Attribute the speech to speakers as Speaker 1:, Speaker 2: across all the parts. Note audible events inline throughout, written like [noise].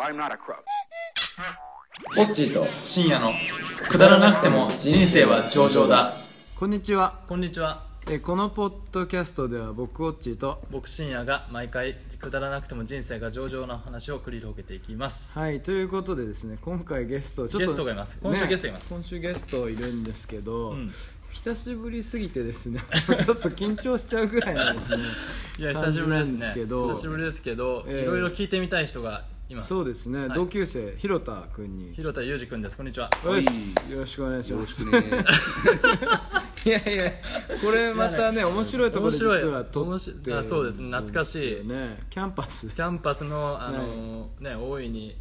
Speaker 1: I'm not a crook.
Speaker 2: ポッチーと
Speaker 3: 深夜のくだらなくても人生は上々だ
Speaker 4: こんにちは、
Speaker 3: こんにちは
Speaker 4: えーこのポッドキャストでは僕オッチーと
Speaker 3: 僕深夜が毎回くだらなくても人生が上々な話を繰り広げていきます
Speaker 4: はいということでですね今回ゲストちょっと
Speaker 3: ゲストがいます今週
Speaker 4: ね
Speaker 3: ゲストがいます
Speaker 4: 今週ゲストいるんですけど、
Speaker 3: うん
Speaker 4: 久しぶりすぎてですね [laughs] ちょっと緊張しちゃうぐらいな
Speaker 3: [laughs]
Speaker 4: んですね
Speaker 3: いや久しぶりです
Speaker 4: 感じなんです
Speaker 3: ね
Speaker 4: けど
Speaker 3: 久しぶりですけど、
Speaker 4: えー
Speaker 3: いろいろ聞いてみたい人がいます
Speaker 4: そうです
Speaker 3: は
Speaker 4: ね、
Speaker 3: い
Speaker 4: 同級生広田君に
Speaker 3: 広田裕二君ですこんにちは
Speaker 4: よしよろしくお願いし
Speaker 5: よろ
Speaker 4: ま
Speaker 5: し
Speaker 4: す
Speaker 5: くね。
Speaker 4: [laughs] いやいやこれまたね面白いところで実は撮
Speaker 3: 面
Speaker 4: って
Speaker 3: 白い面
Speaker 4: るん
Speaker 3: 白いあそうですね懐かしい
Speaker 4: ですよねキャンパス
Speaker 3: キャンパスの、あのね、大いに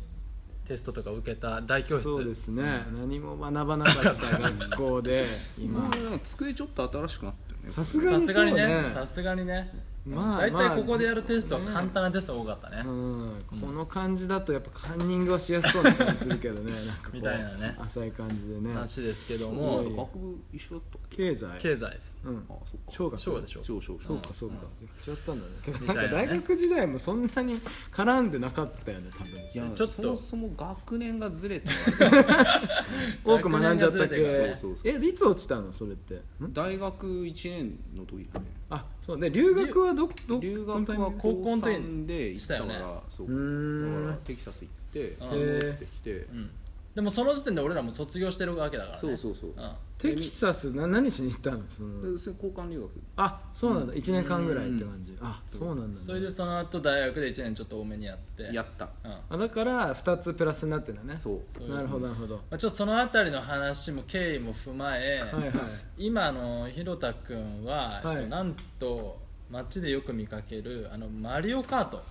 Speaker 3: テストとか受けた大教室
Speaker 4: そうですね、何も学ばなかった学
Speaker 3: [laughs]
Speaker 4: 校で
Speaker 5: 今
Speaker 4: 今
Speaker 5: 机ちょっと新しくなってるね。
Speaker 4: さすが
Speaker 3: さ
Speaker 4: に
Speaker 3: す
Speaker 4: そ
Speaker 3: が
Speaker 4: う
Speaker 3: にね
Speaker 4: ね
Speaker 3: さすがにね、
Speaker 4: まあ
Speaker 3: 大
Speaker 4: まあ
Speaker 3: 体ここでやるテストは簡単なテストが多かったね、
Speaker 4: うん、この感じだとやっぱカンニングはしやすそうな感じするけど
Speaker 3: [laughs]
Speaker 4: ねなんかこう
Speaker 3: みたいなね
Speaker 4: 浅い感じでね
Speaker 3: 話ですけど
Speaker 5: も
Speaker 3: も
Speaker 5: う学部一緒だったっけ。
Speaker 4: 経済
Speaker 3: 経済です
Speaker 4: うん
Speaker 5: あ、そっか。
Speaker 4: 小学
Speaker 3: 小でしょ
Speaker 5: 少々。
Speaker 4: そうかそうか、違ったんだねけど
Speaker 3: み
Speaker 4: な
Speaker 3: た
Speaker 4: ん
Speaker 3: いなね
Speaker 4: か大学時代もそんなに絡んでなかったよね多分
Speaker 5: いや
Speaker 3: ちょっと
Speaker 5: そもそも学年がずれて
Speaker 4: 多く学んじゃ
Speaker 3: 学年が
Speaker 4: った
Speaker 3: ずれて
Speaker 4: け
Speaker 3: る
Speaker 5: そうそうそう
Speaker 4: えいつ落ちたのそれってん
Speaker 5: 大学一年の時だね
Speaker 4: あそうね留学はどど
Speaker 5: 留
Speaker 4: この
Speaker 5: 学
Speaker 4: タイミン
Speaker 5: は
Speaker 4: グ
Speaker 5: 高校
Speaker 3: の時
Speaker 5: 3で行ったか
Speaker 3: したよ
Speaker 5: らそう
Speaker 4: うーん
Speaker 5: だからテキサス行って
Speaker 3: あ
Speaker 5: 戻ってきて
Speaker 3: うん、でもその時点で俺らも卒業してるわけだから、ね、
Speaker 5: そうそうそう
Speaker 3: うん
Speaker 4: テキサスな何しに行ったのその
Speaker 5: でそれ交換留学
Speaker 4: あそうなんだ、一1年間ぐらいって感じ、あそうなんだね、
Speaker 3: それでその後大学で1年ちょっと多めにやって
Speaker 5: やった
Speaker 3: うんま
Speaker 4: あだから2つプラスになってんだね
Speaker 5: そう
Speaker 3: そう
Speaker 4: なるほどなるほど
Speaker 3: あ、ちょっとその辺りの話も経緯も踏まえ、
Speaker 4: はいはい
Speaker 3: 今あの広田君は、
Speaker 4: はい
Speaker 3: えっとなんと街でよく見かけるあのマリオカート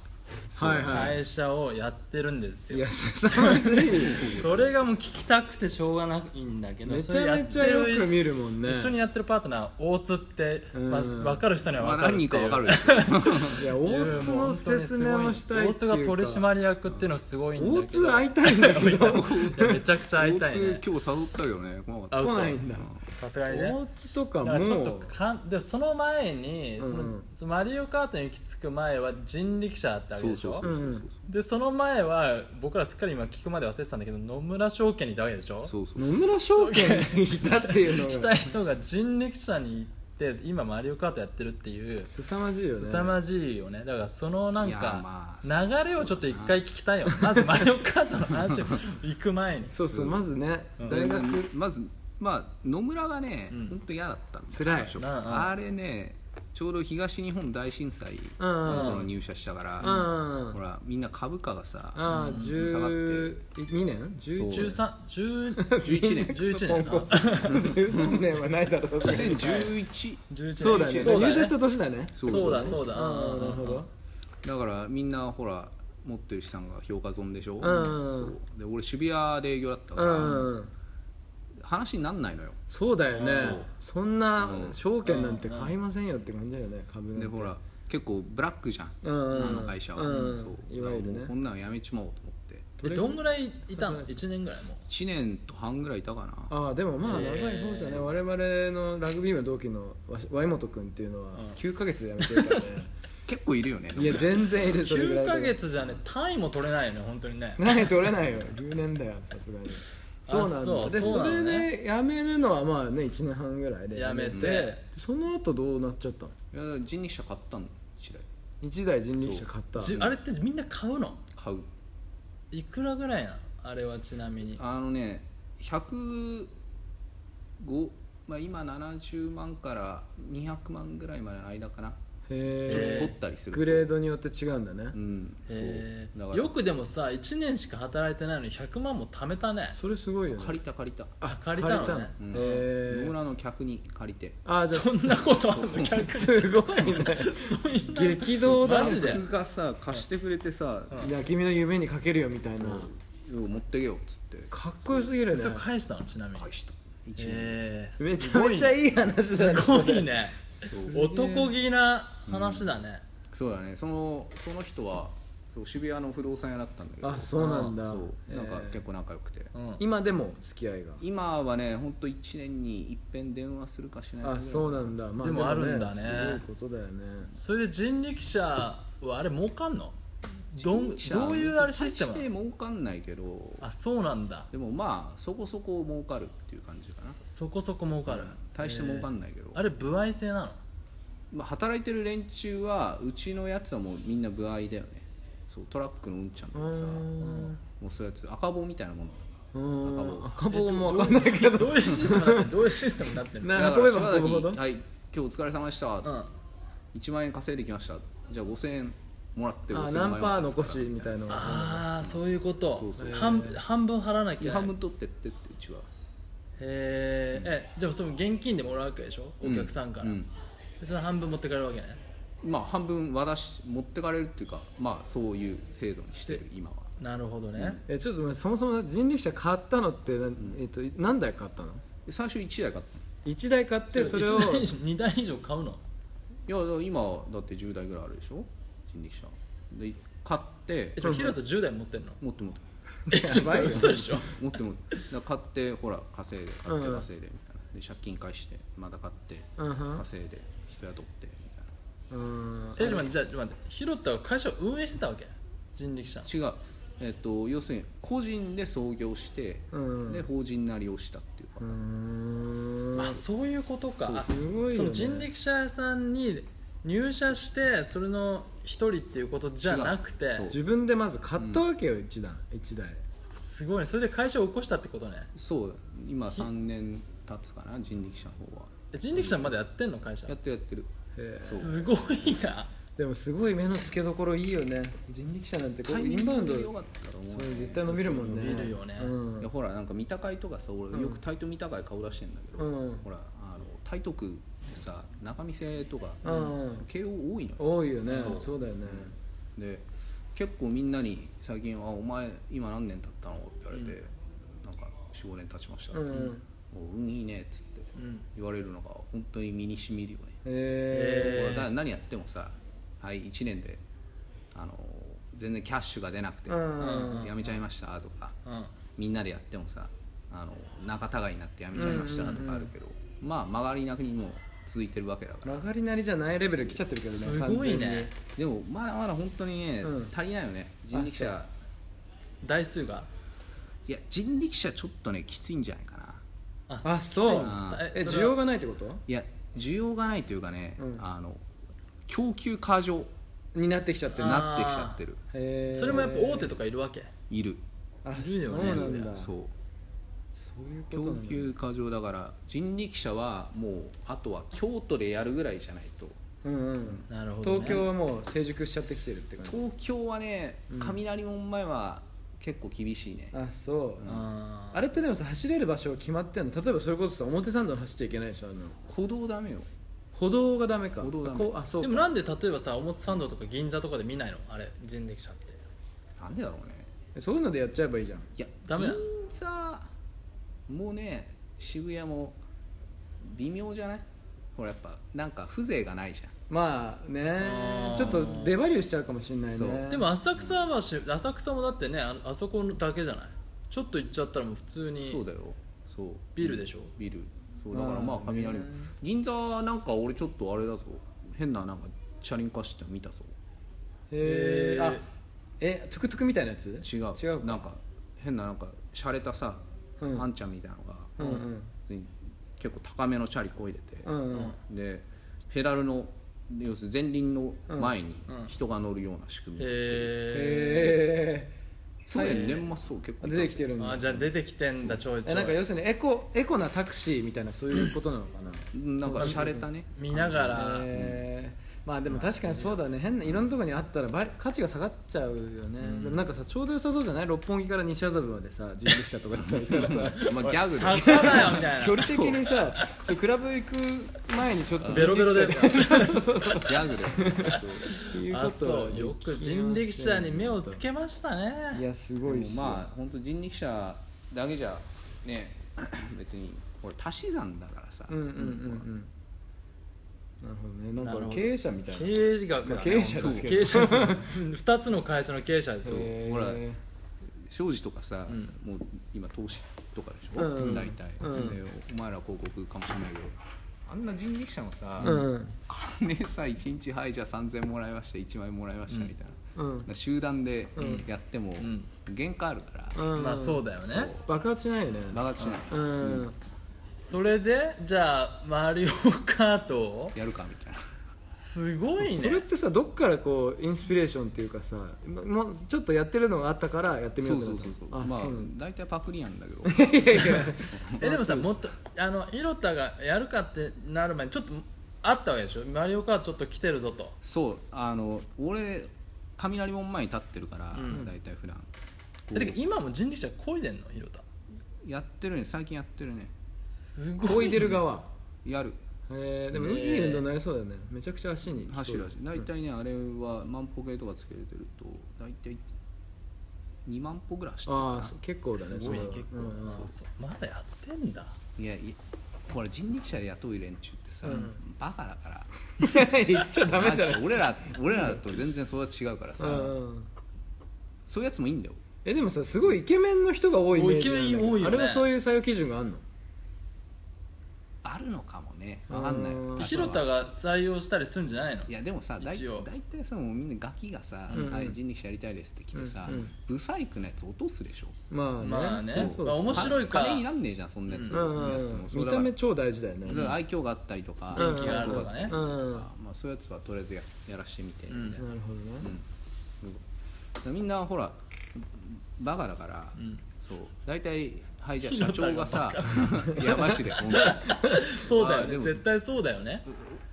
Speaker 4: はいはい
Speaker 3: 会社をやってるんです
Speaker 4: い
Speaker 3: よ
Speaker 4: や凄ま [laughs] じい
Speaker 3: それがもう聞きたくてしょうがないんだけど
Speaker 4: めちゃめちゃ
Speaker 3: それやって
Speaker 4: よ
Speaker 3: る
Speaker 4: く見るもんね
Speaker 3: 一緒にやってるパートナー大津って、まあ、
Speaker 4: うん
Speaker 3: 分かる人には
Speaker 5: まあ
Speaker 3: 分かる
Speaker 5: 何
Speaker 3: ってい
Speaker 5: 人
Speaker 3: う
Speaker 5: かわかる
Speaker 4: いや大津の説明もしたいっていうか
Speaker 3: 大津が取締役っていうのはすごいんだけど
Speaker 4: 大津会いたいんだけど
Speaker 3: いやめ [laughs] ちゃくちゃ会い
Speaker 5: 交
Speaker 3: たい
Speaker 5: 通
Speaker 3: ね
Speaker 5: 今日誘ったよね来なかった
Speaker 3: あ
Speaker 4: 来
Speaker 3: 嘘
Speaker 4: ないんだ
Speaker 3: さすがにね
Speaker 4: 大津と
Speaker 3: だ
Speaker 4: かも
Speaker 3: か
Speaker 4: う
Speaker 3: らちょっとかんでもその前にその、
Speaker 4: うんうん
Speaker 3: そのマリオカートに行き着く前は人力車だったわけ
Speaker 5: そう
Speaker 3: でし
Speaker 5: そ
Speaker 3: ょ
Speaker 5: うそうそう
Speaker 3: でその前は僕らすっかり今聞くまで忘れてたんだけど野村証券にいたわけでしょ
Speaker 5: そうそうそう
Speaker 4: 野村証券にいたっていう
Speaker 3: し
Speaker 4: の [laughs]
Speaker 3: た
Speaker 4: が
Speaker 3: 人が人力車に行って今マリオカートやってるっていう
Speaker 4: 凄まじいよね
Speaker 3: 凄まじいよねだからそのなん
Speaker 5: いや
Speaker 3: か
Speaker 5: まあ
Speaker 3: 流れをちょっと一回聞きたいよまずマリオカートの話を行く前に
Speaker 4: そうそうまずね
Speaker 3: ん
Speaker 4: 大学
Speaker 5: まずまあ野村がね
Speaker 3: うん
Speaker 5: 本当嫌だったんです
Speaker 4: 辛い
Speaker 5: 最初
Speaker 3: なあ
Speaker 5: あれねちょうど東日本大震災
Speaker 4: うんうん
Speaker 5: の頃入社したから
Speaker 4: うんうん
Speaker 5: ほらみんな株価がさ
Speaker 4: ああ
Speaker 5: 下が
Speaker 4: 12年
Speaker 5: そう
Speaker 4: 11
Speaker 3: 13 10
Speaker 5: 11年
Speaker 4: [laughs]
Speaker 3: 11
Speaker 4: ポン
Speaker 3: 年
Speaker 4: コツ13年はないだろさ
Speaker 5: [laughs]
Speaker 4: すがに
Speaker 5: 2011
Speaker 3: 11年
Speaker 4: そうだね
Speaker 3: そうだね
Speaker 4: 入社した年だね
Speaker 3: そうだそうだ
Speaker 4: ああなるほど
Speaker 5: だからみんなほら持ってる資産が評価損でしょ
Speaker 4: ん
Speaker 5: そうで俺渋谷で営業だったか
Speaker 4: う
Speaker 5: ら
Speaker 4: ん
Speaker 5: 話になんないのよ
Speaker 4: そうだよねそんな
Speaker 5: うん
Speaker 4: 証券なんて買いませんよって感じだよね株なん
Speaker 5: で
Speaker 4: て
Speaker 5: ほら結構ブラックじゃん
Speaker 4: うんうんうん
Speaker 5: あの会社は
Speaker 4: うん
Speaker 5: そう
Speaker 4: い
Speaker 5: だ
Speaker 4: わ
Speaker 5: から
Speaker 4: ゆるね
Speaker 5: もうこんなのやめちまおうと思って
Speaker 3: でどんぐらいいたの
Speaker 4: どれぐらい
Speaker 3: 1年ぐらいも
Speaker 5: 1年と半ぐらいいたかな
Speaker 4: ああでもまあ
Speaker 3: へ
Speaker 4: 長
Speaker 3: え
Speaker 4: い方じゃね我々のラグビー部の同期のわワイモト君っていうのは
Speaker 3: うん
Speaker 4: 9ヶ月で辞めてるからね
Speaker 5: 結構いるよね
Speaker 4: いや全然いるそれぐら
Speaker 3: 9
Speaker 4: い
Speaker 3: ヶ月じゃね単位も取れないよね本当にね
Speaker 4: ない取れないよ留年だよさすがにそうなん
Speaker 3: そ
Speaker 4: だ
Speaker 3: う
Speaker 4: で
Speaker 3: そう
Speaker 4: そ
Speaker 3: なの
Speaker 4: れ
Speaker 3: ね
Speaker 4: で辞めるのはまあね1年半ぐらいで
Speaker 3: やめて、
Speaker 4: その後どうなっちゃったの
Speaker 5: いや人力車買ったの1台
Speaker 4: 一台人力車買った
Speaker 3: じあれってみんな買うの
Speaker 5: 買う
Speaker 3: いくらぐらいなのあれはちなみに
Speaker 5: あのね105まあ今70万から200万ぐらいまでの間かなちょっと
Speaker 4: へ
Speaker 5: 凝ったりす
Speaker 4: え
Speaker 5: る
Speaker 4: グレードによって違うんだね、
Speaker 5: うん
Speaker 3: へ
Speaker 5: そうだか
Speaker 3: ー
Speaker 5: ら
Speaker 3: よくでもさ1年しか働いてないのに100万も貯めたね
Speaker 4: それすごいよね
Speaker 5: 借りた借りた、
Speaker 3: あ借りたのね
Speaker 4: 借り
Speaker 5: う
Speaker 4: へ
Speaker 5: ん、
Speaker 4: え
Speaker 5: 野村の客に借りて
Speaker 4: あじゃ
Speaker 3: そんなことあるの逆
Speaker 4: あ
Speaker 3: に
Speaker 4: すごいね
Speaker 3: [laughs] そういう
Speaker 4: 激動だ
Speaker 3: マジで
Speaker 5: 客がさ貸してくれてさ、
Speaker 4: いや君の夢にかけるよみたいな、
Speaker 5: よ持ってけよっつって
Speaker 4: かっこよすぎるね
Speaker 3: それ返したのちなみに
Speaker 5: 返した一年、
Speaker 3: えー
Speaker 4: めちゃめちゃいい話だ
Speaker 3: す
Speaker 4: ね
Speaker 3: ごいね
Speaker 5: そう
Speaker 3: 男気な話だね、
Speaker 5: そうだねそのその人はそう渋谷の不動産屋だったんだけど
Speaker 4: あそうなんだ
Speaker 5: そう
Speaker 4: えー
Speaker 5: なんか結構仲良くて、
Speaker 3: うん
Speaker 4: 今でも付き合いが
Speaker 5: 今はね本当1年に一遍電話するかしないかぐらい
Speaker 4: あそうなんだ、まあ、
Speaker 3: でもあるんだね
Speaker 4: すごいことだよね
Speaker 3: それで人力車はあれ儲かんのどんどういうあれシステム
Speaker 5: し
Speaker 3: な
Speaker 5: て
Speaker 3: の
Speaker 5: 儲かんないけど
Speaker 3: あそうなんだ
Speaker 5: でもまあそこそこ儲かるっていう感じかな
Speaker 3: そこそこ儲かる
Speaker 5: 大して儲かん
Speaker 3: い、
Speaker 5: ないけど、
Speaker 3: えーあれ歩合制なの
Speaker 5: まあ、働いてる連中はうちのやつはもうみんな部合だよねそうトラックのうんちゃんとかさ
Speaker 4: ん
Speaker 5: もうそういうやつ赤棒みたいなもの
Speaker 4: うん赤棒も分かんないけ
Speaker 3: ど
Speaker 4: ど
Speaker 3: ういうシステムになってるどういうシステムになってるの
Speaker 4: な
Speaker 5: だから
Speaker 4: 運べば運ぶほ
Speaker 5: 島
Speaker 4: ど
Speaker 5: 崎はい今日お疲れ様でした、
Speaker 3: うん
Speaker 5: 1万円稼いできましたじゃあ5000円もらって5000
Speaker 4: あ
Speaker 5: 円
Speaker 4: 何パ
Speaker 5: 渡
Speaker 4: ー
Speaker 5: す
Speaker 4: 残
Speaker 5: から
Speaker 4: しみたいなのが
Speaker 3: ああそういうこと
Speaker 5: そうそう
Speaker 3: 半半分払わなきゃいけない
Speaker 5: 半分取ってってってうちは
Speaker 3: へーえでもその現金でもらうわけでしょお客さんから、
Speaker 5: うう
Speaker 3: でその半分持ってかれるわけね
Speaker 5: まあ半分渡し持ってかれるっていうかまあそういう制度にしてる今は
Speaker 3: なるほどね、
Speaker 4: えちょっと待ってそもそも人力車買ったのって、なんえっと、何台買ったの
Speaker 5: で最初1台買った
Speaker 4: 1台買ってそれ
Speaker 3: [laughs]
Speaker 4: を
Speaker 3: 1台以上2台以上買うの
Speaker 5: のいやだから今だって10台ぐらいあるでしょ人力車で買って
Speaker 3: えちょヒロと10台持ってんの
Speaker 5: 持って持って
Speaker 3: えちょっと嘘でしょ
Speaker 5: 持って持ってだから買ってほら稼いで買って稼いでみたいなで借金返してまた買って
Speaker 4: うんふん
Speaker 5: 稼いで人雇ってみたいな
Speaker 4: うん
Speaker 3: えちょっと待ってじゃあちょっと待ってヒロとは会社を運営してたわけ人力車の
Speaker 5: 違う、えっと要するに個人で創業して、
Speaker 4: うん
Speaker 5: で法人なりをしたっていうか、
Speaker 4: うん
Speaker 3: あそういうことかあ
Speaker 4: すごいよね
Speaker 3: その人力車屋さんに入社してそれの一人っていうことじゃなくて
Speaker 5: 違うそう
Speaker 4: 自分でまず買ったわけよ1台1台
Speaker 3: すごいねそれで会社を起こしたってことね
Speaker 5: そう今3年経つかな人力車の方は
Speaker 3: え人力車まだやってんの会社
Speaker 5: やってるやってる
Speaker 4: へえ
Speaker 5: そう
Speaker 3: すごいな
Speaker 4: でもすごい目の付けどころいいよね人力車なんてこうインバウンド
Speaker 5: よかったと思う
Speaker 4: そう絶対伸びるもんね
Speaker 3: そうそう伸びるよね
Speaker 4: うん
Speaker 5: いやほらなんか三鷹会とかさ俺
Speaker 4: ん
Speaker 5: よく台東三鷹会顔出してんだけど、
Speaker 4: うん
Speaker 5: ほらあの台東区ってさ仲見世とか、
Speaker 4: うんうん
Speaker 5: 慶応多いのよ
Speaker 4: 多いよね
Speaker 5: そう
Speaker 4: そうだよね
Speaker 5: で結構みんなに最近「あお前今何年経ったの?」って言われて「なんか45年経ちました」って「
Speaker 4: うんうん
Speaker 5: お運いいね」っつって
Speaker 3: うん
Speaker 5: 言われるのが本当に身にしみるよね、
Speaker 4: へえ
Speaker 3: へー
Speaker 5: ほらだ何やってもさはい1年であの全然キャッシュが出なくて、
Speaker 4: うん
Speaker 5: やめちゃいましたとか
Speaker 3: うん
Speaker 5: みんなでやってもさあの仲違いになってやめちゃいましたとかあるけど、まあ曲がりなくにもう続いてるわけだから
Speaker 4: 曲がりなりじゃないレベル来ちゃってるけどね
Speaker 3: すごい
Speaker 4: 完全に
Speaker 3: ね
Speaker 5: でもまだまだ本当にね、
Speaker 4: うん
Speaker 5: 足りないよね人力
Speaker 4: あ
Speaker 5: 車
Speaker 3: 台数が
Speaker 5: いや人力車ちょっとねきついんじゃないかな
Speaker 3: あ
Speaker 4: あそう
Speaker 5: あ
Speaker 3: ー
Speaker 4: え
Speaker 3: そ
Speaker 4: 需
Speaker 3: れは
Speaker 4: 要がないってこと
Speaker 5: いや需要がないというかね、
Speaker 4: うん
Speaker 5: あの供給過剰っ
Speaker 4: になってきちゃって
Speaker 5: て
Speaker 4: るな
Speaker 5: なってきちゃってる
Speaker 4: へえ
Speaker 3: それもやっぱ大手とかいるわけ
Speaker 5: いる
Speaker 4: あ
Speaker 3: いるよね
Speaker 4: そうなんだ
Speaker 5: そう
Speaker 4: そういうことな
Speaker 5: 供
Speaker 4: んだ
Speaker 5: 給過剰だから人力車はもうあとは京都でやるぐらいじゃないと
Speaker 4: うんうん
Speaker 3: なるほど、ね、
Speaker 4: 東京はもう成熟しちゃってきてるって感じ
Speaker 5: 東京はね
Speaker 4: うん
Speaker 5: 雷門前は結構厳しいね、
Speaker 4: あそう
Speaker 3: あー
Speaker 4: あれってでもさ走れる場所が決まってんの例えばそれこそさ表参道走っちゃいけないでしょあの
Speaker 5: 歩道ダメよ
Speaker 4: 歩道がダメか
Speaker 5: 歩道ダメ
Speaker 4: こうあそう
Speaker 3: で
Speaker 4: か
Speaker 3: もなんで例えばさ表参道とか銀座とかで見ないのあれ人力車って
Speaker 5: なんでだろうね
Speaker 4: そういうのでやっちゃえばいいじゃん
Speaker 5: いや
Speaker 3: ダメな
Speaker 5: 銀
Speaker 3: の
Speaker 5: 座もね渋谷も微妙じゃないほらやっぱなんか風情がないじゃん
Speaker 4: まあね
Speaker 3: あー
Speaker 4: ちょっとデバリューしちゃうかもしれない
Speaker 5: そ
Speaker 4: ね
Speaker 5: う
Speaker 3: でも浅草橋浅草もだってねああそこだけじゃないちょっと行っちゃったらもう普通に
Speaker 5: そうだよそう
Speaker 3: ビルでしょ
Speaker 5: ビルそうだからまあ
Speaker 4: うん
Speaker 5: 雷も銀座なんか俺ちょっとあれだぞ変ななんかチャリンコ走ってるの見たぞ
Speaker 4: へえ
Speaker 3: へー
Speaker 4: あえトゥクトゥクみたいなやつ
Speaker 5: 違う
Speaker 4: 違うか
Speaker 5: なんか変ななんか洒落たさ、
Speaker 4: うん
Speaker 5: あんちゃんみたいなのが、
Speaker 4: うんうん
Speaker 5: 普通に結構高めのチャリこいでて、
Speaker 4: うんうん
Speaker 5: でペダルの要するに前輪の前に
Speaker 3: うんうん
Speaker 5: 人が乗るような仕組み、
Speaker 3: へえ
Speaker 4: へえ
Speaker 5: 去年年末そう結構いた
Speaker 4: 出
Speaker 5: ぞ
Speaker 4: てきてるんだ
Speaker 3: あじゃあ出てきてんだちょいちょ
Speaker 4: え
Speaker 3: い
Speaker 4: なんか要するにエコエコなタクシーみたいなそういうことなのかな
Speaker 5: なんか洒落た
Speaker 4: [laughs]
Speaker 5: ね
Speaker 3: 見ながら
Speaker 4: えーまあでも確かにそうだね変ないろんなとこにあったらば価値が下がっちゃうよね、でもなんかさちょうど良さそうじゃない六本木から西麻布までさ人力車とかでさ行ったらさ
Speaker 5: まあギャグ
Speaker 3: 魚
Speaker 5: で
Speaker 3: だよみたいな
Speaker 4: 距離的にさちょクラブ行く前にちょっと
Speaker 3: ベロベロで
Speaker 4: 人力車でそうそうそう
Speaker 5: ギャグで
Speaker 4: っていうこと
Speaker 3: あそうよく人力車に目をつけました
Speaker 4: い
Speaker 3: ね
Speaker 4: やすごいっすよ
Speaker 5: まあ本当人力車だけじゃね [clears throat] 別にこれ足し算だからさ、
Speaker 4: うんうんうんうんなるほどねなんか経営者みたいな
Speaker 3: 経営学だね
Speaker 4: まあ経営者ですけど
Speaker 3: 経営者2つの会社の経営者ですよ
Speaker 4: へー
Speaker 5: ほら庄司とかさ、もう今投資とかでしょ、
Speaker 4: うんうん
Speaker 5: 大体、
Speaker 4: うん
Speaker 5: でお前ら広告かもしれないけどあんな人力車もさ、
Speaker 4: うん
Speaker 5: 金さ1日はいじゃあ3000もらいました1万円もらいましたみたいな、
Speaker 4: うん
Speaker 5: 集団で
Speaker 4: うん
Speaker 5: やっても
Speaker 3: ん
Speaker 5: 限界あるから、
Speaker 4: うん
Speaker 3: まあそうだよ
Speaker 5: そ
Speaker 3: ね
Speaker 5: う
Speaker 4: 爆発しないよね
Speaker 5: 爆発しない、
Speaker 4: うん
Speaker 3: それでじゃあマリオカートを
Speaker 5: やるかみたいな
Speaker 3: すごいね
Speaker 4: それってさどっからこうインスピレーションっていうかさまもうちょっとやってるのがあったからやってみよ
Speaker 5: そうう
Speaker 4: と
Speaker 5: そ
Speaker 4: 思っ
Speaker 5: うそ
Speaker 4: た
Speaker 5: うそうま
Speaker 4: あ
Speaker 5: あ
Speaker 4: そうなんだ
Speaker 5: 大体パクリなんだけど
Speaker 4: [laughs] いやいや
Speaker 3: えでもさもっとあのヒロタがやるかってなる前にちょっとあったわけでしょマリオカートちょっと来てるぞと
Speaker 5: そうあの俺雷門前に立ってるから、
Speaker 3: うん
Speaker 5: 大体普段
Speaker 3: えてか今も人力車漕いでんのヒロタ
Speaker 5: やってるね最近やってるね
Speaker 3: すごい
Speaker 4: こいでる側
Speaker 5: やる
Speaker 4: えーでも
Speaker 3: ね
Speaker 4: いい運動になりそうだよねめちゃくちゃ足にきそう
Speaker 5: 走る走る大体ね、あれは万歩計とかつけてると大体2万歩ぐらい走ってる
Speaker 4: ああ
Speaker 5: か
Speaker 4: そう結構だね
Speaker 3: すごいね
Speaker 4: そ
Speaker 3: 結
Speaker 4: れは
Speaker 3: 構、
Speaker 4: うんうん
Speaker 3: そうそうまだやってんだ
Speaker 5: ないやいやほら人力車で雇う連中ってさ、
Speaker 4: うん
Speaker 5: バカだから
Speaker 4: [laughs] 言っちゃダメじゃ
Speaker 5: マジ
Speaker 4: ない
Speaker 5: で俺ら俺らと全然それは違うからさ、
Speaker 4: うんうん
Speaker 5: そういうやつもいいんだよ
Speaker 4: えでもさすごいイケメンの人が多いイメージなんだ
Speaker 3: イ
Speaker 4: けど
Speaker 3: ケメン多いよね
Speaker 4: あれはそういう採用基準があんの
Speaker 5: あるのかもね分かんない
Speaker 4: う
Speaker 5: 多
Speaker 4: ん
Speaker 5: 少は
Speaker 3: ヒロタが採用したりするんじゃないの
Speaker 5: いやでもさだい
Speaker 3: 一応
Speaker 5: 大体さもうみんなガキがさ「
Speaker 4: うん
Speaker 5: はい人力車やりたいです」って来てさ、
Speaker 4: うんうん
Speaker 5: ブサイクなやつ落とすでしょ
Speaker 4: まあね,、
Speaker 3: まあね
Speaker 4: そうだ
Speaker 3: まあ面白いか
Speaker 5: 金になんねえじゃんそんなやつ、
Speaker 4: うん
Speaker 5: や
Speaker 4: うん
Speaker 5: っ
Speaker 4: う
Speaker 5: て
Speaker 4: ん
Speaker 5: もそれだ
Speaker 4: 見
Speaker 5: か
Speaker 4: た
Speaker 5: ら
Speaker 4: 目超大事だよね
Speaker 5: だから愛嬌があったりとか
Speaker 4: うん
Speaker 5: 人気があるとかね、
Speaker 3: うん
Speaker 4: うん
Speaker 5: まあ、そういうやつはとりあえずややらしてみて
Speaker 3: うん
Speaker 5: みたいな、
Speaker 4: なるほどね、
Speaker 5: うんうんみんなほらバカだから、
Speaker 3: うん
Speaker 5: そう大体はいじゃあ
Speaker 3: ひろ
Speaker 5: 社
Speaker 3: た
Speaker 5: 長
Speaker 3: が
Speaker 5: が
Speaker 3: バ
Speaker 5: さ
Speaker 3: カ
Speaker 5: いやマジで
Speaker 4: [laughs]
Speaker 5: 本当に
Speaker 3: そうだよ
Speaker 5: あーで
Speaker 3: ね
Speaker 5: も
Speaker 3: 絶対そうだよね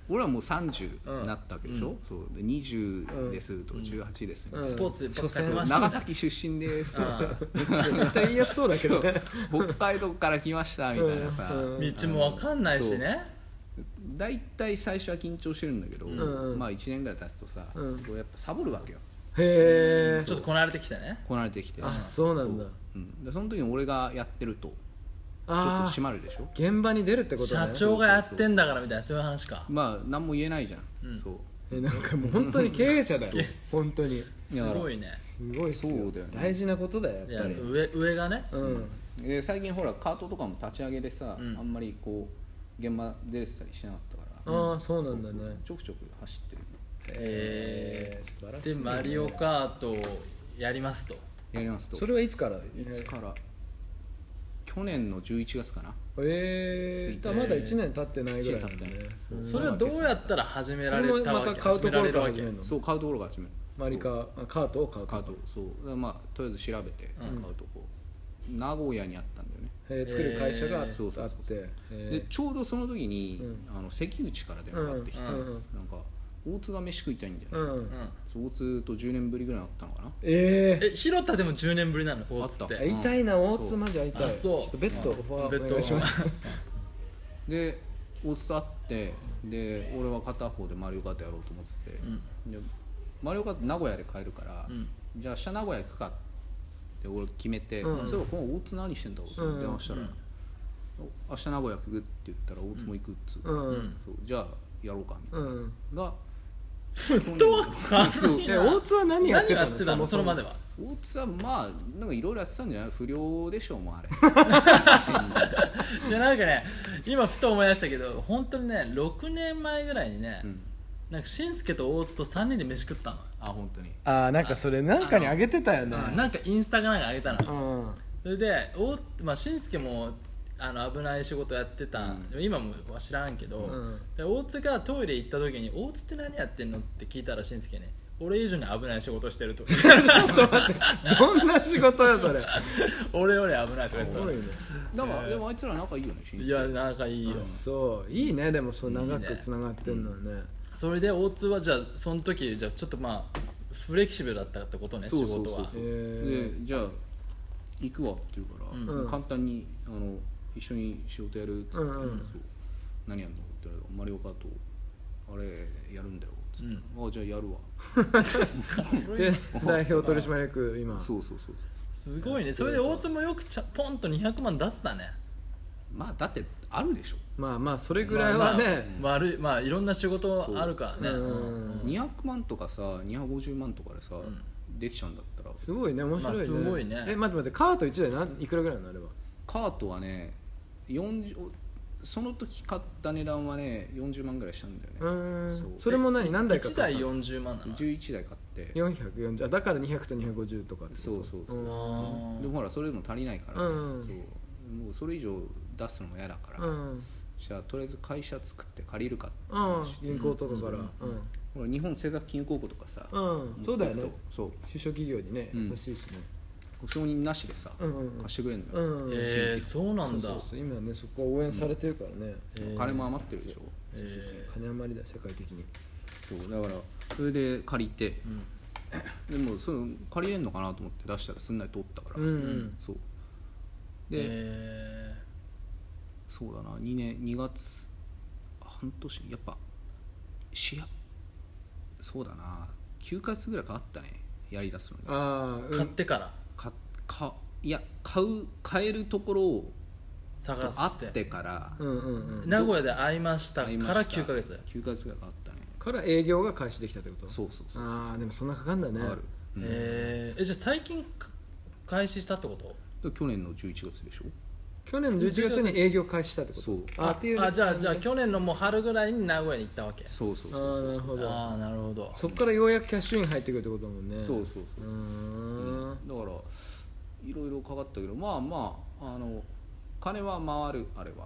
Speaker 5: 俺はもう30
Speaker 3: うん
Speaker 5: なったわけでしょ、
Speaker 3: う
Speaker 5: そうで20ですと18ですみたいな、
Speaker 4: うん
Speaker 3: スポーツでばっかり
Speaker 4: 所詮
Speaker 3: ました
Speaker 5: 長崎出身ですとかさ
Speaker 4: 絶対いいやつそうだけどね
Speaker 5: 北海道から来ましたみたいなさ、
Speaker 4: うんうん
Speaker 3: 道もわかんないしね
Speaker 5: 大体最初は緊張してるんだけど、
Speaker 4: んうん
Speaker 5: まあ1年ぐらい経つとさ、
Speaker 4: うん
Speaker 5: こうやっぱサボるわけよ
Speaker 4: へえ
Speaker 3: ちょっとこなれてきてね
Speaker 5: こなれてきて
Speaker 4: あそうなんだ
Speaker 5: うん、でその時に俺がやってるとちょっと
Speaker 4: あ
Speaker 5: 閉まるでしょ
Speaker 4: ー現場に出るってことね
Speaker 3: 社長がやってんだからみたいなそういう話か
Speaker 5: まあ何も言えないじゃん、
Speaker 3: うん
Speaker 5: そう
Speaker 4: えなんかもう本当に経営者だ
Speaker 3: そう
Speaker 4: よ本当に
Speaker 3: すごいね
Speaker 4: すごいっすよ
Speaker 5: そうだよね
Speaker 4: 大事なことだよ
Speaker 3: い
Speaker 4: やっ
Speaker 3: や
Speaker 4: ぱり
Speaker 3: そう上上がね
Speaker 4: うん
Speaker 5: で最近ほらカートとかも立ち上げでさ、
Speaker 3: うん
Speaker 5: あんまりこう現場出れてたりしなかったから
Speaker 4: ああそうなんだ
Speaker 5: そうそう
Speaker 4: ね
Speaker 5: ちょくちょく走ってる
Speaker 3: え
Speaker 4: 素晴ら
Speaker 3: ー、
Speaker 4: しい
Speaker 3: でマリオカートをやりますと
Speaker 5: やりますと
Speaker 4: それはいつから
Speaker 5: いつから去年の11月かな
Speaker 4: ええ
Speaker 5: つい
Speaker 4: だ
Speaker 5: て
Speaker 4: まだ1年経ってないぐらいなん
Speaker 5: 一年経
Speaker 4: だね
Speaker 5: ってない
Speaker 4: うん
Speaker 3: それはどうやったら始められたわ
Speaker 4: それもま
Speaker 3: け
Speaker 4: た買うところか
Speaker 3: 始め
Speaker 4: ら始める
Speaker 3: られ
Speaker 4: の
Speaker 5: そう買うところが始める
Speaker 4: マリカ
Speaker 5: そう
Speaker 4: あカートを買うとこ
Speaker 5: カートそうだからまあとりあえず調べて買
Speaker 3: うん
Speaker 5: うとこ、名古屋にあったんだよね
Speaker 4: えー作る会社があ
Speaker 3: え
Speaker 4: っ
Speaker 3: ー
Speaker 4: て
Speaker 5: そうそうそう
Speaker 4: へー
Speaker 5: でちょうどその時に、
Speaker 4: う
Speaker 5: あの関口から電話がかかってきて、
Speaker 3: うんうん
Speaker 5: なんか大津が飯食いたいんだよね、
Speaker 4: うん
Speaker 3: わ
Speaker 5: そう大津と10年ぶりぐらいに会ったのかな
Speaker 4: え
Speaker 3: け、うん、え広田でも10年ぶりなのこうつっ
Speaker 5: あ
Speaker 4: え
Speaker 5: った
Speaker 3: て
Speaker 4: 会いたいな大津
Speaker 5: そう
Speaker 4: マジ会いたい
Speaker 3: あそう
Speaker 4: ちょっとベッドオ
Speaker 3: うん
Speaker 4: ファ
Speaker 3: ベ
Speaker 4: ー
Speaker 3: ッド
Speaker 4: お願いします
Speaker 5: で大津と会ってで俺は片方でマリオカートやろうと思ってて、でマリオカート名古屋で買えるから、
Speaker 3: うん
Speaker 5: じゃあ明日名古屋行くかって俺決めて、
Speaker 4: うん
Speaker 5: そういえばこの大津何してんだろうと思って電話したら、
Speaker 3: うん
Speaker 5: お明日名古屋行くって言ったら大津も行くっつう,、
Speaker 4: うん
Speaker 3: ん
Speaker 5: そうじゃあやろうかみた
Speaker 4: う
Speaker 5: い
Speaker 4: ん
Speaker 5: な、が
Speaker 3: フットワークか
Speaker 5: そう
Speaker 4: え大津は何やってたの
Speaker 3: そのそのまで
Speaker 4: は
Speaker 3: は
Speaker 5: 大津はまあなんかいろいろやってたんじゃない不良でしょうもうあれ
Speaker 3: いやなんかね今ふと思い出したけど本当にね6年前ぐらいにね、
Speaker 5: うん
Speaker 3: なんかしんすけと大津と3人で飯食ったの、
Speaker 5: あ本当に
Speaker 4: あーなんかそれなんかにあげてたよね
Speaker 3: なんかインスタかなんかあげたの、
Speaker 4: うん
Speaker 3: それで大まあ、しんすけもあの危ない仕事やってた、
Speaker 5: う
Speaker 3: 今もは知らんけど、
Speaker 4: うん
Speaker 3: で大津がトイレ行った時に「大津って何やってんの?」って聞いたらしんすけね俺以上に危ない仕事し
Speaker 5: [laughs]
Speaker 3: てると [laughs]
Speaker 4: どんな仕事やそれ
Speaker 3: 俺より危ないとか言って
Speaker 4: す
Speaker 3: た
Speaker 4: ごいね
Speaker 5: だから、でもあいつら仲いいよね新
Speaker 3: い
Speaker 5: 宿
Speaker 3: や仲いいよ、
Speaker 4: そういいねでもそう長
Speaker 3: いい
Speaker 4: く
Speaker 3: ね
Speaker 4: つながってんのはね
Speaker 3: それで大津はじゃあその時じゃあちょっとまあフレキシブルだったってことね
Speaker 5: そうそう
Speaker 3: 仕
Speaker 5: そう
Speaker 3: 事は
Speaker 5: そう
Speaker 4: へ
Speaker 5: で
Speaker 4: ー
Speaker 5: じゃあ行くわって言うから、
Speaker 4: うん
Speaker 5: 簡単にあの一緒に仕事やるっつって、
Speaker 4: うんうん
Speaker 5: そう何やんのって言われたからマリオカートあれやるんだよっつって、あじゃあやるわ
Speaker 4: で代表取締役今
Speaker 5: そうそうそうそう
Speaker 3: すごいねそれで大津もよくちゃポンと200万出すだね
Speaker 5: まあだってあるでしょ
Speaker 4: まあまあそれぐらいはね
Speaker 3: まあまあ悪いまあいろんな仕事あるからね
Speaker 4: う
Speaker 3: うん
Speaker 4: ん
Speaker 5: 200万とかさ250万とかでさ、できちゃうんだったら
Speaker 4: すごいね面白いね,、
Speaker 3: まあすごいね
Speaker 4: え待って待ってカート1台なんいくらぐらいなのあれば
Speaker 5: カートはね40その時買った値段はね40万ぐらいしたんだよね、
Speaker 4: うん
Speaker 5: そう
Speaker 4: それも何何台か
Speaker 3: 1台
Speaker 4: 買ったの
Speaker 3: 40万なの
Speaker 5: 11台買って
Speaker 4: 440あだから200と250とかってこと
Speaker 5: そうそうそ
Speaker 4: うん
Speaker 3: あー
Speaker 5: でもほらそれでも足りないから、
Speaker 4: うん
Speaker 5: そうもうそれ以上出すのも嫌だから、
Speaker 4: うん
Speaker 5: じゃあとりあえず会社作って借りるかって
Speaker 4: うん
Speaker 5: 話で
Speaker 4: 銀行とかから
Speaker 5: ほら日本政策金融公庫とかさ、
Speaker 4: うん、うんそうだよね
Speaker 5: そう
Speaker 4: 中小企業にね
Speaker 5: うん
Speaker 4: 優しいしね
Speaker 5: 承認なしでさ、
Speaker 4: うんうんうん
Speaker 5: 貸してくれるの
Speaker 4: う
Speaker 5: よ、
Speaker 4: んうん
Speaker 3: えー、そうなんだ
Speaker 4: そうそうそう今ねそこは応援されてるからね、
Speaker 3: えー
Speaker 5: お金も余ってるでしょ、
Speaker 3: えー
Speaker 4: 金余りだ世界的に
Speaker 5: そうだからそれで借りて
Speaker 3: うん
Speaker 5: でもそれ借りれんのかなと思って出したらすんなり通ったから、
Speaker 4: うんうん
Speaker 5: そうで、
Speaker 3: え
Speaker 5: そうだな2年2月半年やっぱしやそうだな9ヶ月ぐらいかかったねやりだすのに
Speaker 4: ああ、
Speaker 3: ー、
Speaker 4: う
Speaker 3: 買っ
Speaker 4: ん、
Speaker 3: てから
Speaker 5: かかいや買う買えるところをと
Speaker 3: 探して
Speaker 5: 会ってから
Speaker 4: うんうんうん
Speaker 3: 名古屋で会いましたか
Speaker 5: 会いました
Speaker 3: ら9ヶ月
Speaker 5: 9ヶ月ぐらいかかったね
Speaker 4: から営業が開始できたってこと
Speaker 5: そううそうそう
Speaker 4: ああでもそんなかかんだね
Speaker 5: かかる、うん
Speaker 3: えーえじゃあ最近か開始したってこと
Speaker 5: で去年の11月でしょ
Speaker 4: 去年の11月に営業開始したってこと
Speaker 5: そう
Speaker 4: あっていう
Speaker 3: あじゃあじゃあ
Speaker 4: 感
Speaker 3: 去年のもう春ぐらいに名古屋に行ったわけ
Speaker 5: そうそう
Speaker 4: あ
Speaker 5: そう
Speaker 4: ーなるほど
Speaker 3: ああなるほど
Speaker 4: そっからようやくキャッシュイン入ってくるってことだもんね
Speaker 5: そうそう
Speaker 4: う
Speaker 5: そう
Speaker 4: ー
Speaker 5: だ
Speaker 4: ん
Speaker 5: からいろいろかかったけどまあまああの金は回るあれは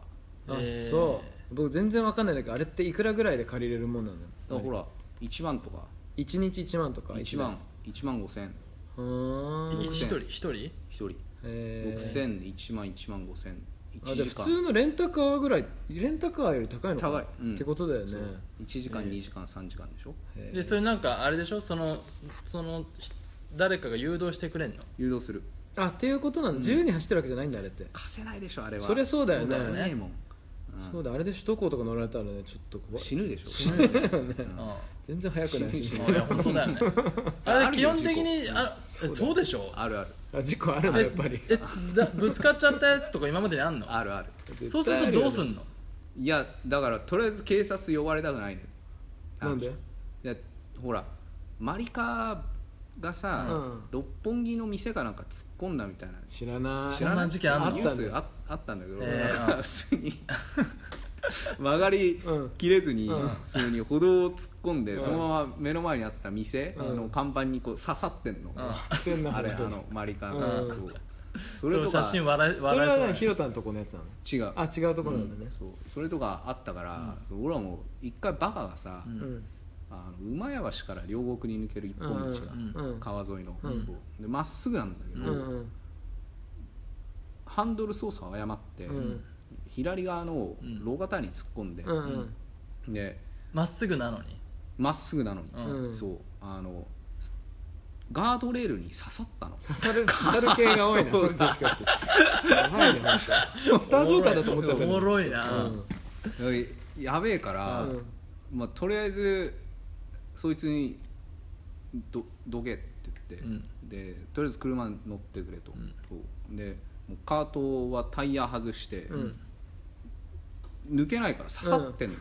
Speaker 4: あ、
Speaker 3: えー
Speaker 4: そう僕全然わかんないんだけどあれっていくらぐらいで借りれるもんなの
Speaker 5: だからほら1万とか
Speaker 4: 1日1万とか
Speaker 5: 1万1万5千
Speaker 4: うーん
Speaker 3: 一人一人
Speaker 5: 1人
Speaker 4: えー
Speaker 5: 6000、1万1万5000
Speaker 4: あ
Speaker 5: 1
Speaker 4: じゃ
Speaker 5: 時
Speaker 4: あ
Speaker 5: 間
Speaker 4: 普通のレンタカーぐらいレンタカーより高いのかな
Speaker 5: 高いうん
Speaker 4: ってことだよね
Speaker 5: 1時間2時間3時間でしょ
Speaker 4: へー
Speaker 3: でそれなんかあれでしょそのそのひ誰かが誘導してくれんの
Speaker 5: 誘導する
Speaker 4: あっていうことなんだ自由に走ってるわけじゃないんだあれって
Speaker 5: 貸せないでしょあれは
Speaker 4: そりゃそうだよね
Speaker 5: 危ないもん、うん
Speaker 4: そうだあれで首都高とか乗られたらねちょっと怖い
Speaker 5: 死ぬでしょ
Speaker 3: 死ぬよねうんあ
Speaker 4: 全然速くない
Speaker 5: 死
Speaker 4: し
Speaker 5: ぬ
Speaker 3: いや本当だよねあ
Speaker 5: あ
Speaker 3: れ
Speaker 5: る
Speaker 3: 基
Speaker 5: よ
Speaker 3: 本的に
Speaker 5: 事故
Speaker 3: あえそうでしょ
Speaker 5: [laughs] あるある
Speaker 4: [laughs] あ事故あるんだやっぱり
Speaker 3: ええだぶつかっちゃったやつとか今までにあんの
Speaker 5: あるある
Speaker 3: [laughs] そうするとどうす
Speaker 4: の
Speaker 3: んの
Speaker 5: いやだからとりあえず警察呼ばれたくないのよ
Speaker 4: なんで
Speaker 5: でほらマリカがさ、
Speaker 4: うん
Speaker 5: 六本木の店かなんか突っ込んだみたいな
Speaker 4: 知らない
Speaker 5: 知ら
Speaker 3: そん
Speaker 5: な
Speaker 3: ない事件あんの
Speaker 5: ニュースああったんだけど、
Speaker 3: えー
Speaker 5: なんか普通 [laughs] に曲がり
Speaker 4: うん
Speaker 5: 切れずに、
Speaker 4: うん
Speaker 5: 普通に歩道を突っ込んで、
Speaker 4: うん
Speaker 5: そのまま目の前にあった店の看板にこう刺さってんの、
Speaker 3: う
Speaker 4: してんな
Speaker 5: あれ
Speaker 4: 本
Speaker 5: あ
Speaker 4: 当に
Speaker 5: のマリカが、
Speaker 4: うん
Speaker 5: そう
Speaker 3: そ
Speaker 5: そ
Speaker 3: れ
Speaker 5: れ
Speaker 3: の
Speaker 5: と
Speaker 3: 写
Speaker 5: か
Speaker 3: 真笑い
Speaker 4: それ
Speaker 3: 笑い
Speaker 4: は
Speaker 3: そうだ
Speaker 4: ね
Speaker 3: ね
Speaker 4: ひろたんのとこのやつなの
Speaker 5: 違う
Speaker 4: あ違うところなんだね
Speaker 5: そうそれとかあったから、俺らも一回バカがさ、
Speaker 3: ん
Speaker 4: うん
Speaker 5: あの馬屋橋から両国に抜ける一本道が、
Speaker 4: うんうん
Speaker 5: 川沿いの
Speaker 4: う
Speaker 5: そ
Speaker 4: ん
Speaker 5: うでまっすぐなんだけ
Speaker 4: う
Speaker 5: ど、
Speaker 4: んうん
Speaker 5: ハンドル操作を誤って、
Speaker 4: うん
Speaker 5: 左側の路肩に突っ込んで、
Speaker 4: うんうん
Speaker 5: で
Speaker 3: まっすぐなのに
Speaker 5: まっすぐなのに、
Speaker 4: うんうん
Speaker 5: そうあのガードレールに刺さったの
Speaker 4: 刺さる刺さる系が多いな [laughs] 本当しかしやばいね本当スター状態だと思っちゃった
Speaker 3: お
Speaker 4: よ
Speaker 3: も
Speaker 4: ね
Speaker 3: ろいな
Speaker 4: うん
Speaker 5: やべえから、
Speaker 4: うん
Speaker 5: まあ、とりあえずそいつにどどけって言って、
Speaker 3: うん
Speaker 5: でとりあえず車に乗ってくれと、そうでもうカートはタイヤ外して、
Speaker 4: うん
Speaker 5: 抜けないから刺さってんの、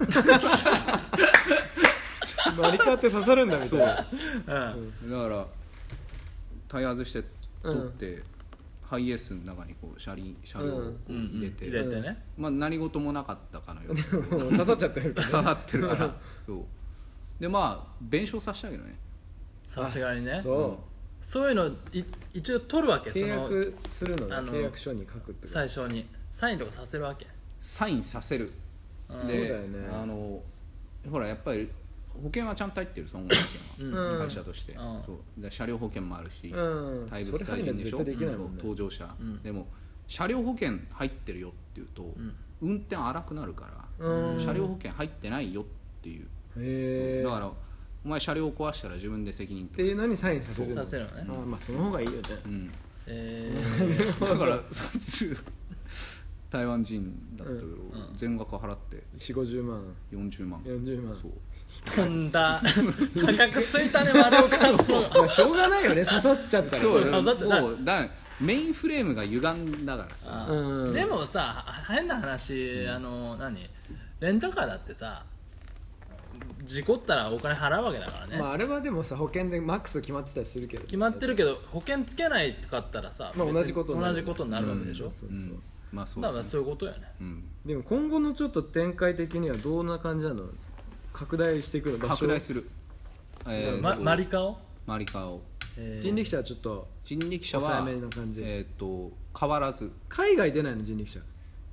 Speaker 4: 割りカって刺さるんだみた
Speaker 5: そ
Speaker 4: いうな
Speaker 3: うん
Speaker 5: だからタイヤ外して取って、ハイエースの中にこう車輪車両をこう
Speaker 3: うん
Speaker 5: 入れて、
Speaker 3: 入れてね
Speaker 5: まあ、何事もなかったかのよう
Speaker 4: [laughs]
Speaker 5: に
Speaker 4: もう刺さっちゃってるから
Speaker 5: 刺さってるからそうでまあ弁償させたけどね
Speaker 3: さすがにね
Speaker 4: そ
Speaker 3: そういうのい一応取るわ
Speaker 4: う
Speaker 3: けそ
Speaker 4: 契
Speaker 3: の
Speaker 4: 約するのね
Speaker 3: あの
Speaker 4: 契約書に書くってこと
Speaker 3: 最初にサインとかさせるわけ
Speaker 5: サインさせる
Speaker 3: うん
Speaker 4: そうだよね
Speaker 5: あのほらやっぱり保険はちゃんと入ってる損害保険は、
Speaker 4: うん
Speaker 5: 会社として、
Speaker 3: うん
Speaker 5: そうで車両保険もあるし、
Speaker 4: うん
Speaker 5: 対物対人でしょ
Speaker 4: それ入んないと絶対できないもんね
Speaker 5: そう搭乗者、
Speaker 3: ん
Speaker 5: でも車両保険入ってるよっていうと、
Speaker 3: ん
Speaker 5: 運転荒くなるから、
Speaker 4: うん
Speaker 5: 車両保険入ってないよっていう、
Speaker 4: へえ
Speaker 5: だ
Speaker 4: っ
Speaker 5: からお前車両を壊したら自分で責任
Speaker 4: て
Speaker 5: 取
Speaker 4: い
Speaker 5: る
Speaker 4: うのにサインさせる
Speaker 3: させるのね
Speaker 4: あまあその方がいいよね
Speaker 5: うん、
Speaker 3: え
Speaker 5: [laughs] だからそいつ台湾人だったけど、全額払って
Speaker 4: 4 5 0万
Speaker 5: 40万
Speaker 4: 40万
Speaker 5: そう
Speaker 3: ー、飛んだ高くついたね丸岡の
Speaker 4: まあしょうがないよね刺さっちゃったら
Speaker 5: そう
Speaker 3: そうだってな
Speaker 5: もうだメインフレームが歪んだからさ
Speaker 3: あ
Speaker 4: うん
Speaker 3: でもさ変な話、あの何レンタカーだってさ事故ったらお金払うわけだからね、
Speaker 4: まああれはでもさ保険でマックス決まってたりするけど
Speaker 3: 決まってるけど保険つけないかったらさ、
Speaker 4: ま
Speaker 3: 別
Speaker 4: あ
Speaker 3: に
Speaker 4: 同じことになる
Speaker 3: 同じことになるわけでしょ、
Speaker 4: そうそう
Speaker 5: うんまあそう
Speaker 3: だ
Speaker 5: だ
Speaker 3: か
Speaker 5: ね
Speaker 3: らそういうことやね
Speaker 5: うん
Speaker 4: でも今後のちょっと展開的にはどんな感じなの拡大していくの場所
Speaker 5: 拡大するえー
Speaker 3: まマリカを、
Speaker 5: マリカを
Speaker 3: えー
Speaker 4: 人力車はちょっと
Speaker 5: 人力車は
Speaker 4: 抑えめな感じ
Speaker 5: えっ、と変わらず
Speaker 4: 海外出ないの人力車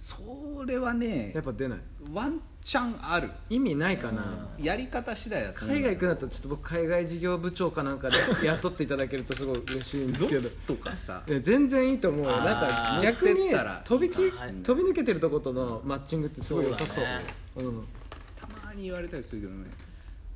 Speaker 5: それはね
Speaker 4: やっぱ出ない
Speaker 5: ワンチャンある
Speaker 4: 意味ないか
Speaker 3: うん
Speaker 4: な
Speaker 5: やり方次第だと思う
Speaker 4: 海外行くんだったらちょっと僕海外事業部長かなんかで雇っていただけるとすごい嬉しいんですけ
Speaker 5: ロ
Speaker 4: ど
Speaker 5: スとかさ
Speaker 4: いや全然いいと思うよ
Speaker 3: あー
Speaker 4: なんか逆
Speaker 5: 持っ
Speaker 4: に
Speaker 5: てったら
Speaker 4: 飛びき
Speaker 5: いいか
Speaker 3: はい
Speaker 4: 飛び抜けてるとことのマッチングってすごい良さそう
Speaker 3: そうだね
Speaker 4: うん
Speaker 5: たまに言われたりするけどね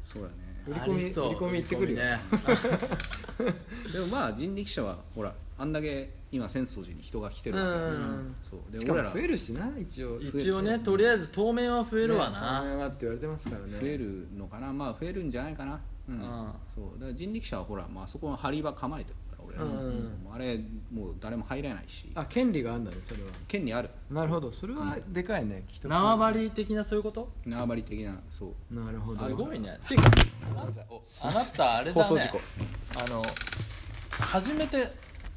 Speaker 5: そうだね
Speaker 4: 売り込み
Speaker 3: ありそう
Speaker 4: 売り込み行ってくるよ
Speaker 3: 売り
Speaker 5: でもまあ人力車はほらあんだけ今浅草寺に人が来てるわけだから
Speaker 4: うん
Speaker 5: そう
Speaker 4: し
Speaker 5: で
Speaker 4: か
Speaker 5: 俺
Speaker 4: も
Speaker 5: ら
Speaker 4: 増えるしな一応
Speaker 3: 込みね一応ねとりあえず当面は増えるわな、
Speaker 4: ね大変はって言われてますからね
Speaker 5: 増えるのかなまあ増えるんじゃないかなうん
Speaker 3: ああ
Speaker 5: そうだから人力車はほら、まあそこの張り場構えてるから俺ら、
Speaker 4: うんうん
Speaker 5: そうあれもう誰も入れないし
Speaker 4: あ権利があるんだねそれは
Speaker 5: 県にある
Speaker 4: なるほどそれはでかいねきっと
Speaker 3: 縄張り的なそういうこと
Speaker 5: 縄張り的なそう
Speaker 4: なるほど
Speaker 3: すごいね
Speaker 4: てか
Speaker 3: おあなたあれだね
Speaker 4: 放送事故
Speaker 3: あの初めて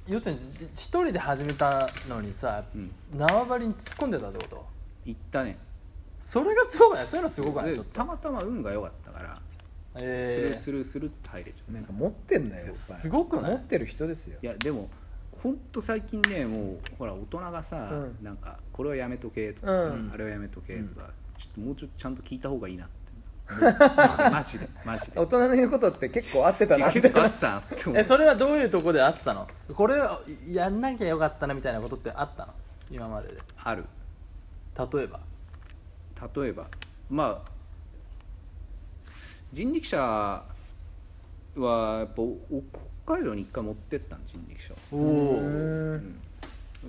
Speaker 3: 要するにじ一人で始めたのにさ、
Speaker 5: うん
Speaker 3: 縄張りに突っ込んでたってこと
Speaker 5: 行ったね
Speaker 3: それがすごくないそういうのすごくない
Speaker 5: で
Speaker 3: ちょっと
Speaker 5: たまたま運が良かったから、スル
Speaker 3: え
Speaker 5: スルスルって入れちゃう
Speaker 4: なんか持ってんだよいっぱい
Speaker 3: すごくない
Speaker 4: 持ってる人ですよ
Speaker 5: いやでもほんと最近ねもうほら大人がさ、
Speaker 4: うん
Speaker 5: なんかこれはやめとけとかさ、
Speaker 4: うん
Speaker 5: あれはやめとけとか、ちょっともうちょっとちゃんと聞いた方がいいな
Speaker 4: [laughs]
Speaker 5: ってマジでマジで
Speaker 4: 大人の言うことって結構合ってたなって
Speaker 5: 結構あってたなって
Speaker 3: ー
Speaker 5: 思
Speaker 3: え
Speaker 5: う
Speaker 3: それはどういうとこで会ってたのこれをやんなきゃよかったなみたいなことってあったの今までで
Speaker 5: ある
Speaker 3: 例えば
Speaker 5: 例えばまあ人力車はやっぱおお北海道に一回持ってったの人力車を
Speaker 3: お
Speaker 4: う
Speaker 3: お
Speaker 4: ーん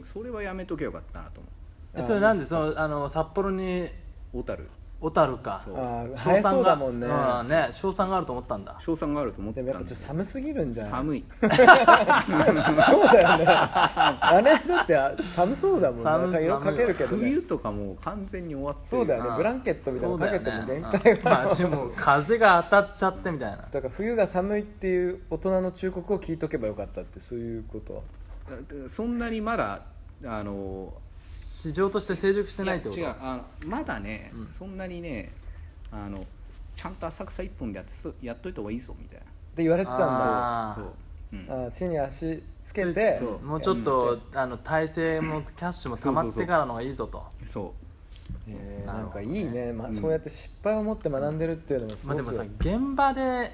Speaker 5: それはやめとけよかったなと思
Speaker 3: それなんでそのあの札幌に
Speaker 5: う小樽
Speaker 3: 小樽か
Speaker 5: そう
Speaker 4: ああ
Speaker 3: 賞
Speaker 4: 早そ
Speaker 3: 賛
Speaker 4: う
Speaker 3: が
Speaker 4: だもんね
Speaker 3: うんね賞賛があると思ったんだ
Speaker 5: 賞賛があると思って
Speaker 4: で
Speaker 5: たん
Speaker 4: も
Speaker 5: だ
Speaker 4: やっぱちょっと寒すぎるんじゃない
Speaker 5: 寒い
Speaker 4: そうだよねあれだってあ寒そうだもんねなん
Speaker 3: 寒
Speaker 4: か
Speaker 3: い
Speaker 4: 色かけるけど
Speaker 5: 冬
Speaker 4: ね
Speaker 5: とかもう完全に終わってる
Speaker 4: そうだよね
Speaker 3: うん
Speaker 4: ブランケットみたいなのかけても
Speaker 3: そ
Speaker 4: 限
Speaker 3: うだ
Speaker 4: 界
Speaker 3: よねうんまあでも風が当たっちゃってみたいな
Speaker 4: だから冬が寒いっていう大人の忠告を聞いとけばよかったってそういうこと
Speaker 5: そんなにまだあの
Speaker 3: 市場として成熟してないってこと
Speaker 5: や違うあのまだね、
Speaker 3: うん
Speaker 5: そんなにねあのちゃんと浅草一本でやっつやっといた方がいいぞみたいな
Speaker 4: って言われてたんだあ
Speaker 3: あー
Speaker 5: そう、うん、
Speaker 4: ー地に足つけて
Speaker 5: そう
Speaker 3: もうちょっと、あの体制もキャッシュも溜まってからのがいいぞと
Speaker 5: そ
Speaker 4: えー
Speaker 3: な
Speaker 4: な
Speaker 3: る
Speaker 4: ん
Speaker 3: ほ
Speaker 4: か
Speaker 3: ど
Speaker 4: い
Speaker 3: ね
Speaker 4: いね、まあ
Speaker 5: うん
Speaker 4: そうやって失敗を持って学んでるっていうのもす
Speaker 3: ま
Speaker 4: ご
Speaker 3: あ
Speaker 4: く、
Speaker 3: でもさ現場で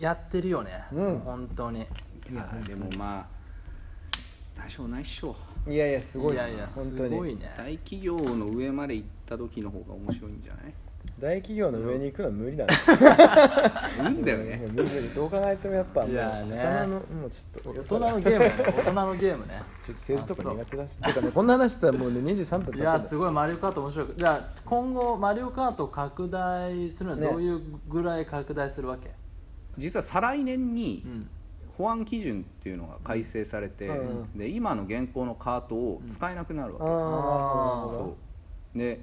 Speaker 3: やってるよね、
Speaker 4: うん
Speaker 3: 本当に
Speaker 5: ういやでもまあ多少ないっしょ
Speaker 4: いやいやすごいっ
Speaker 3: い
Speaker 4: す
Speaker 3: やいや
Speaker 4: 本
Speaker 3: す
Speaker 4: 当
Speaker 3: ごい
Speaker 4: に
Speaker 3: ね
Speaker 5: 大企業の上まで行った時の方が面白いんじゃない
Speaker 4: 大企業の上に行くのは無理だね [laughs]
Speaker 5: うんだよ
Speaker 4: い
Speaker 5: ね
Speaker 4: や無理無理どう考えてもやっぱもう
Speaker 3: いや
Speaker 4: 大
Speaker 3: ーね
Speaker 4: 人のもうちょっと
Speaker 3: 大
Speaker 4: 良
Speaker 3: 人
Speaker 4: さが
Speaker 3: のゲームね大人のゲー
Speaker 4: [laughs]
Speaker 3: ムね
Speaker 4: ちょっと政治とか苦手だし。てかね、こんな話したらもうね、23分経って
Speaker 3: い
Speaker 4: ん
Speaker 3: や
Speaker 4: だ
Speaker 3: すごい「マリオカート」面白いじゃあ今後マリオカート拡大するのはどういうぐらい拡大するわけ、
Speaker 5: 実は再来年に、
Speaker 3: うん
Speaker 5: 保安基準っていうのが改正されて、
Speaker 4: うんう
Speaker 5: で今の現行のカートを使えなくなるわけ、
Speaker 4: あーなるほどなるほど
Speaker 5: そうで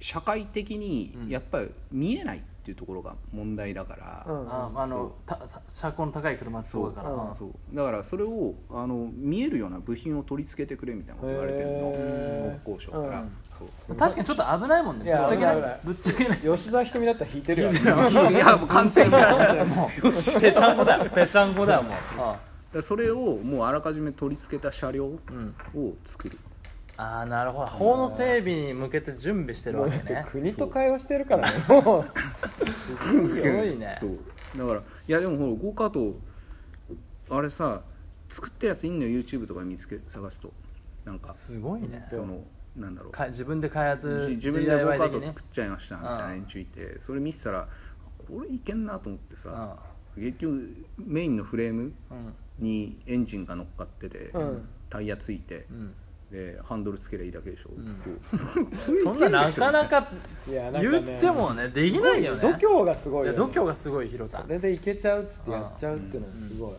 Speaker 5: 社会的に
Speaker 3: うん
Speaker 5: やっぱり見えないっていうところが問題だから、
Speaker 4: うん
Speaker 3: ああのた車高の高い車ってそうだから
Speaker 4: そう
Speaker 3: うん
Speaker 5: そうだからそれをあの見えるような部品を取り付けてくれみたいなこと言われてるの
Speaker 4: へー
Speaker 5: 国交省から、
Speaker 4: うん
Speaker 5: そ
Speaker 4: すごい
Speaker 3: 確かにちょっと危ないもんね
Speaker 4: い
Speaker 3: ぶっち
Speaker 4: や
Speaker 3: ゃけ
Speaker 4: 危ない
Speaker 3: ね
Speaker 4: 危
Speaker 3: ぶっちゃけね
Speaker 4: 吉沢ひとみだったら引いてるよ。
Speaker 5: う [laughs] いやもう完全にだか
Speaker 3: もうぺちゃんこだよぺちゃんこだ [laughs] よもう
Speaker 5: らそれをもうあらかじめ取り付けた車両を
Speaker 3: うん
Speaker 5: 作る、
Speaker 3: ああなるほど法の整備に向けて準備してる
Speaker 4: も
Speaker 3: わ
Speaker 4: うだ
Speaker 3: け
Speaker 4: って
Speaker 3: ね
Speaker 4: 国と会話してるからね。もう
Speaker 3: すごいね
Speaker 5: そうだからいやでもほらゴーカートあれさ作ったやついんのよ YouTube とか見つけ探すとなんか
Speaker 3: すごいね
Speaker 5: そのなんだろう
Speaker 3: か自分で開発
Speaker 5: じ自分でゴ
Speaker 3: DIY
Speaker 5: ーカー
Speaker 3: 的
Speaker 5: ト
Speaker 3: に
Speaker 5: 作っちゃいましたみたいな連中いてそれ見てたらこれいけんなと思ってさ結局メインのフレーム
Speaker 3: うん
Speaker 5: にエンジンが乗っかってて、
Speaker 4: うん
Speaker 5: タイヤついて
Speaker 3: う、ん
Speaker 5: でハンドルつけりゃいいだけでしょ、
Speaker 3: うん [laughs] そんななかなか
Speaker 4: いやなんかね
Speaker 3: 言ってもねできないよね
Speaker 4: 度胸がすご
Speaker 3: い
Speaker 4: いよ
Speaker 3: や
Speaker 4: ね。
Speaker 3: 度胸がすごい広さ
Speaker 4: それでいけちゃうっつってやっちゃうっていうのはすごい。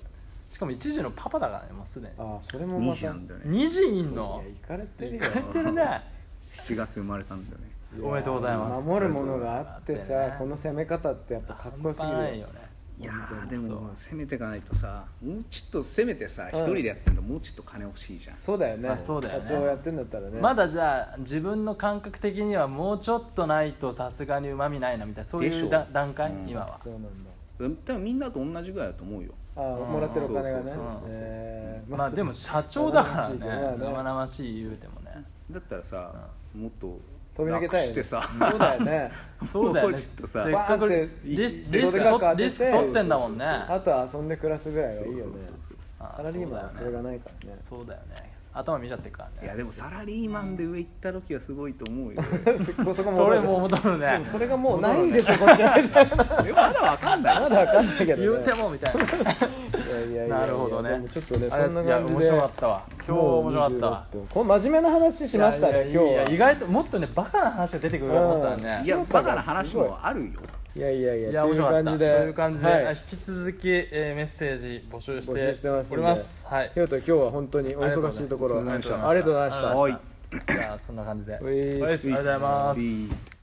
Speaker 3: しかも一時のパパだからねもうすでに
Speaker 4: ああ、それも
Speaker 5: 2
Speaker 4: ま
Speaker 5: 時
Speaker 4: た。
Speaker 5: な
Speaker 4: い
Speaker 5: んだよね
Speaker 3: 2時いん
Speaker 4: や
Speaker 3: の、
Speaker 4: 行かれてる
Speaker 3: [laughs]
Speaker 4: よ。
Speaker 3: やってるね
Speaker 5: 7月生まれたんだよね
Speaker 3: おめでとうございます
Speaker 4: 守るものがあって
Speaker 3: ありが
Speaker 4: さ、
Speaker 3: と
Speaker 4: こ
Speaker 3: うご
Speaker 4: の攻め方ってやっぱかっこよすぎ
Speaker 3: 半端ない
Speaker 4: るよ。
Speaker 3: よね
Speaker 5: いや
Speaker 4: 本
Speaker 5: ー
Speaker 4: 当
Speaker 5: で
Speaker 4: にそう
Speaker 5: も攻めていかないとさもうちょっと攻めてさ一人でやってんのもうちょっと金欲しいじゃん
Speaker 4: そうだよね
Speaker 3: あそうだよね
Speaker 4: 社長やってんだったらね
Speaker 3: まだじゃあ自分の感覚的にはもうちょっとないとさすがにうまみないなみたいなそう
Speaker 5: で
Speaker 3: い
Speaker 5: しょ
Speaker 3: うだ段階、
Speaker 5: うん
Speaker 3: 今は
Speaker 4: そうなんだ
Speaker 5: 多分みんなと同じぐらいだと思うよ
Speaker 4: あーもらってるお金がね
Speaker 5: そうそう
Speaker 3: そう
Speaker 4: えー
Speaker 3: まあ
Speaker 4: ちょっと
Speaker 3: でも社長だからね
Speaker 4: まあね
Speaker 3: 生々しい言うてもね
Speaker 5: だったらさ、もっと
Speaker 4: 飛び抜けたい
Speaker 5: 楽
Speaker 4: よね
Speaker 5: してさ、
Speaker 4: そうだ
Speaker 3: [laughs]
Speaker 4: よね
Speaker 3: そうだよ
Speaker 5: もう
Speaker 3: ね
Speaker 5: ち
Speaker 3: せ
Speaker 5: ょっとさ
Speaker 3: っか
Speaker 4: バ
Speaker 3: く
Speaker 4: ーンって
Speaker 3: リス
Speaker 5: い
Speaker 3: リスク
Speaker 4: でかく当て
Speaker 3: と
Speaker 4: て
Speaker 3: リスク取ってんだもんね
Speaker 4: あとは遊んで暮らすぐらいはいいよね
Speaker 5: そうそうそう
Speaker 3: あ
Speaker 4: サラリーマンはそれがないからね
Speaker 3: そうだよね頭見ちゃってるから
Speaker 5: いや
Speaker 3: ね
Speaker 5: でもサラリーマンで上行った時はすごいと思うよ
Speaker 4: そこそこ
Speaker 3: それ
Speaker 4: 戻る
Speaker 3: もう戻る
Speaker 4: で
Speaker 3: ね
Speaker 4: もそれがもうないんですよこっちは
Speaker 3: [laughs]
Speaker 5: でもまだわか
Speaker 4: [laughs]
Speaker 5: んない
Speaker 4: まだわかんないけどね
Speaker 3: 言うてもみたいな
Speaker 4: いやいやいやいや
Speaker 3: なるほどね
Speaker 4: でもちょっとね
Speaker 3: あ
Speaker 4: そんない
Speaker 3: や
Speaker 4: 感じで
Speaker 3: 面白かったわ今日面白かったわ
Speaker 4: もう26分これ真面目な話しました
Speaker 3: いや
Speaker 4: ね
Speaker 3: い
Speaker 4: 今
Speaker 3: や
Speaker 4: 日
Speaker 3: いや
Speaker 4: は
Speaker 3: 意外ともっとねバカな話が出てくると思ったら
Speaker 5: い
Speaker 3: ね
Speaker 5: や
Speaker 4: そう
Speaker 5: バ
Speaker 4: か
Speaker 5: カな話もあるよ
Speaker 4: いやいやいや
Speaker 3: いや
Speaker 4: と
Speaker 3: 面
Speaker 4: いう
Speaker 3: 白か
Speaker 4: 感
Speaker 3: った
Speaker 4: じ
Speaker 3: と
Speaker 4: で
Speaker 3: いう感じで、
Speaker 4: は
Speaker 3: 引
Speaker 4: い
Speaker 3: き続き、えーメッセージ募集して
Speaker 4: 募集してますんで
Speaker 3: おりますはい
Speaker 4: ひろと今日は本当にお忙しいところ
Speaker 5: ありがとうございました
Speaker 4: ありがとうございました
Speaker 5: はい
Speaker 3: じゃあそんな感じで
Speaker 4: うい
Speaker 3: ありがとうございます